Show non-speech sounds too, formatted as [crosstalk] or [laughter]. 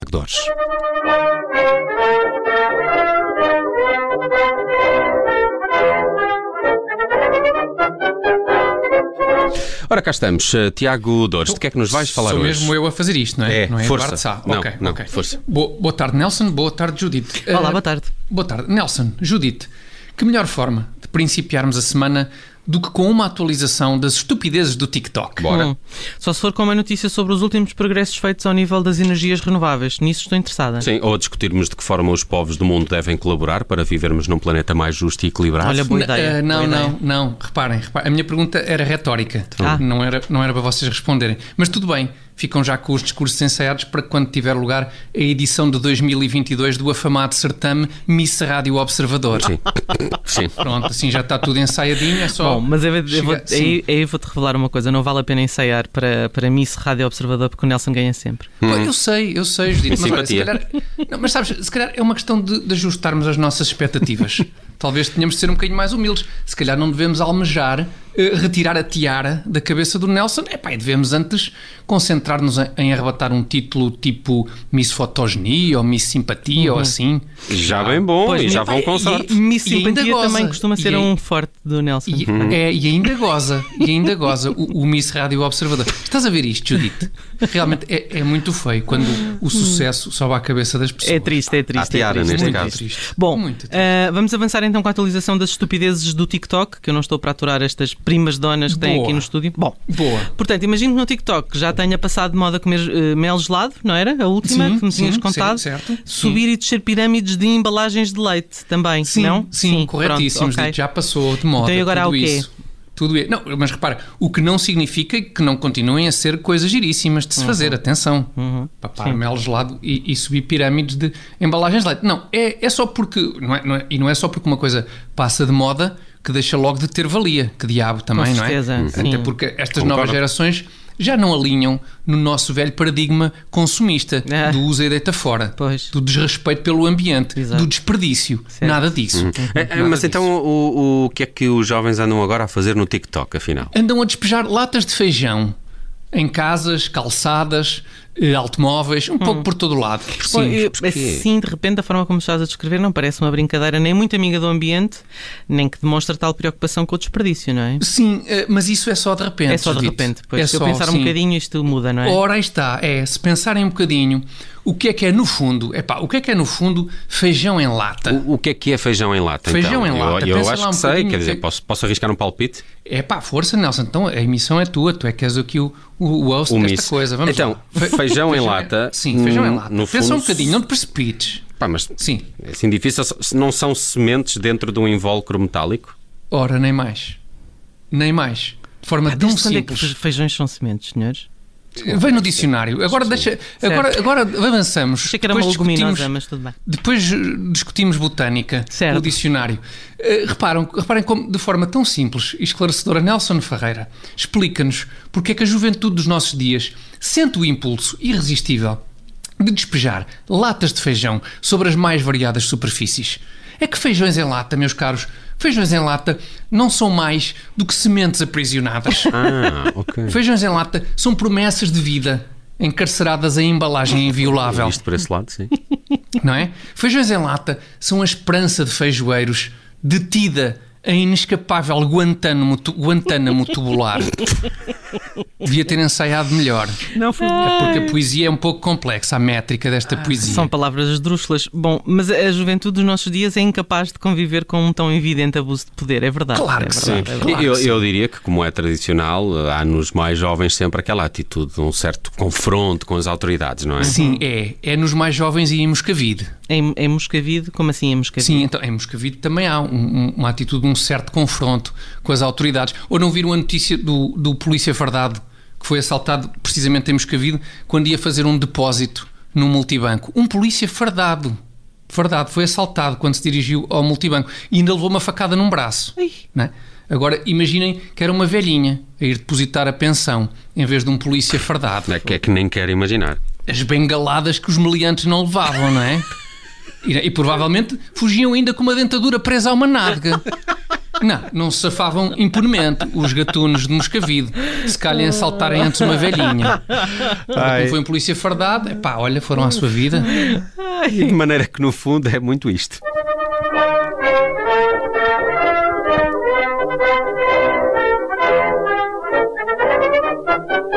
arredores. Ora, cá estamos. Eh, Tiago Dores, de que é que nos vais falar Sou hoje? mesmo eu a fazer isto, não é? É, não é força. Eduardo Sá. Não, Ok, não, ok. força. Bo- boa tarde, Nelson. Boa tarde, Judite. Olá, Eh, boa tarde. Boa tarde. Nelson, Judite, que melhor forma de principiarmos a semana do que com uma atualização das estupidezes do TikTok? Bora. Hum. Só se for com uma notícia sobre os últimos progressos feitos ao nível das energias renováveis. Nisso estou interessada. Sim, ou a discutirmos de que forma os povos do mundo devem colaborar para vivermos num planeta mais justo e equilibrado. Olha, É boa N- ideia. eh, não, boa ideia. não, não. Reparem, reparem. A minha pergunta era retórica. Ah. Não, era, não era para vocês responderem. Mas tudo bem. Ficam já com os discursos ensaiados para quando tiver lugar a edição de 2022 do afamado certame Miss Rádio Observador. [laughs] Sim. Sim. Pronto, assim já está tudo ensaiadinho. É só. Bom, mas eu, eu chegar- vou, Sim. aí, aí eu vou-te revelar uma coisa. Não vale a pena ensaiar para, para Miss Rádio Observador porque o Nelson ganha sempre. Pô, Eu sei, eu sei, Judito, mas, olha, se simpatia. calhar, não, mas sabes, se calhar é uma questão de, de ajustarmos as nossas expectativas. Talvez tenhamos de ser um bocadinho mais humildes. Se calhar não devemos almejar eh, retirar a tiara da cabeça do Nelson. Epá, e devemos antes concentrar-nos em, em arrebatar um título tipo Miss Fotogenia ou Miss Simpatia Uhum. ou assim. Já bem bom, Pois, e já e- vão com e- sorte. Miss E ainda Simpatia goza. também costuma ser E aí- um forte do Nelson. E, é, e ainda goza, e ainda goza o, o Miss Rádio Observador. Estás a ver isto, Judite? Realmente é, é muito feio quando o sucesso sobe à cabeça das pessoas. Uhum. É triste, é triste. tiara é triste. neste muito caso. triste. Bom, Muito triste. ah, vamos avançar então com a atualização das estupidezes do TikTok, que eu não estou para aturar estas primas donas que têm Boa. aqui no estúdio. Bom, Boa. Portanto, imagino que no TikTok já tenha passado de moda comer eh, mel gelado, não era? A última Sim, que me tinhas sim, contado. certo, certo. Subir e descer pirâmides de embalagens de leite também, Sim, não? sim, corretíssimo. pronto, ok. Já passou de moda. Então e agora há tudo o quê? Isso. Tudo isso. Não, mas repara, o que não significa que não continuem a ser coisas giríssimas Uhum. de se fazer, atenção. Papar mel gelado e, e subir pirâmides de embalagens de leite. Não, é, é só porque, não é, não é- e não é só porque uma coisa passa de moda que deixa logo de ter valia, que diabo também, não é? certeza, sim. Até porque estas Concordo. novas gerações já não alinham no nosso velho paradigma consumista Ah. do usa e deita fora, Pois. do desrespeito pelo ambiente, Exato. do desperdício. Certo. Uhum. Nada disso. É, é, Nada mas disso. então o, o que é que os jovens andam agora a fazer no TikTok, afinal? Andam a despejar latas de feijão em casas, calçadas, eh, automóveis, um Hum. pouco por todo o lado. Bom, Sim. eu- assim, de repente, da forma como estás a descrever, não parece uma brincadeira nem muito amiga do ambiente, nem que demonstra tal preocupação com o desperdício, não é? Sim, eh, mas isso é só de repente. É só de Judite. repente. Pois, É se eu só, pensar um sim. bocadinho, isto muda, não é? Ora, aí está. É, se pensarem um bocadinho, o que é que é no fundo? Epá, o que é que é no fundo feijão em lata? O, o que é que é feijão em lata? Feijão então? em lata, Eu, eu pensa acho lá que um sei, bocadinho, quer dizer, que- posso, posso arriscar um palpite? É pá, força, Nelson. Então a emissão é tua. Tu é que és aqui o, o, o host O desta Miss. coisa. Vamos Então, lá. é- feijão em lata, Sim, feijão em hum, lata. no Pensa fundo, um bocadinho, não te precipites. Pá, mas Sim. é assim difícil. se Não são sementes dentro de um invólucro metálico? Ora, nem mais. Nem mais. De forma Ah, tão desde quando é que simples. fe- feijões são sementes, senhores? Vem no dicionário. Agora deixa. Agora, agora avançamos. Achei que era uma Depois leguminosa, discutimos- mas tudo bem. Depois eh, discutimos botânica, Certo. o dicionário. Eh, reparam, reparem como, de forma tão simples e esclarecedora, Nelson Ferreira explica-nos porque é que a juventude dos nossos dias sente o impulso irresistível de despejar latas de feijão sobre as mais variadas superfícies. É que feijões em lata, meus caros, feijões em lata não são mais do que sementes aprisionadas. [laughs] Ah, ok. Feijões em lata são promessas de vida encarceradas em embalagem inviolável Visto por esse lado, sim. não é? Feijões em lata são a esperança de feijoeiros detida em inescapável Guantánamo, tu- Guantánamo tubular. Devia ter ensaiado melhor. Não foi. Ah, É porque a poesia é um pouco complexa, a métrica desta poesia. São palavras esdrúxulas. Bom, mas a juventude dos nossos dias é incapaz de conviver com um tão evidente abuso de poder, é verdade. Claro é que verdade, sim. é Claro verdade. que eu, sim. eu diria que, como é tradicional, há nos mais jovens sempre aquela atitude de um certo confronto com as autoridades, não é? Sim, é. É nos mais jovens e em Moscavide. Em, em Moscavide, como assim em Moscavide? Sim, então em Moscavide também há um- um- uma atitude de um certo confronto com as autoridades. Ou não viram a notícia do, do polícia fardado que foi assaltado precisamente em Moscavide quando ia fazer um depósito num multibanco? Um polícia fardado. Fardado, foi assaltado quando se dirigiu ao multibanco e ainda levou uma facada num braço. Ai. não é? Agora imaginem que era uma velhinha a ir depositar a pensão em vez de um polícia fardado É que é que nem quero imaginar. as bengaladas que os meliantes não levavam, não é? E, e provavelmente fugiam ainda com uma dentadura presa a uma nádega. Não, não se safavam impunemente os gatunos de Moscavide, se calhem saltarem antes uma velhinha. Ai. Não foi em polícia fardada, pá, olha, foram à sua vida. De maneira que, no fundo, é muito isto. Thank you.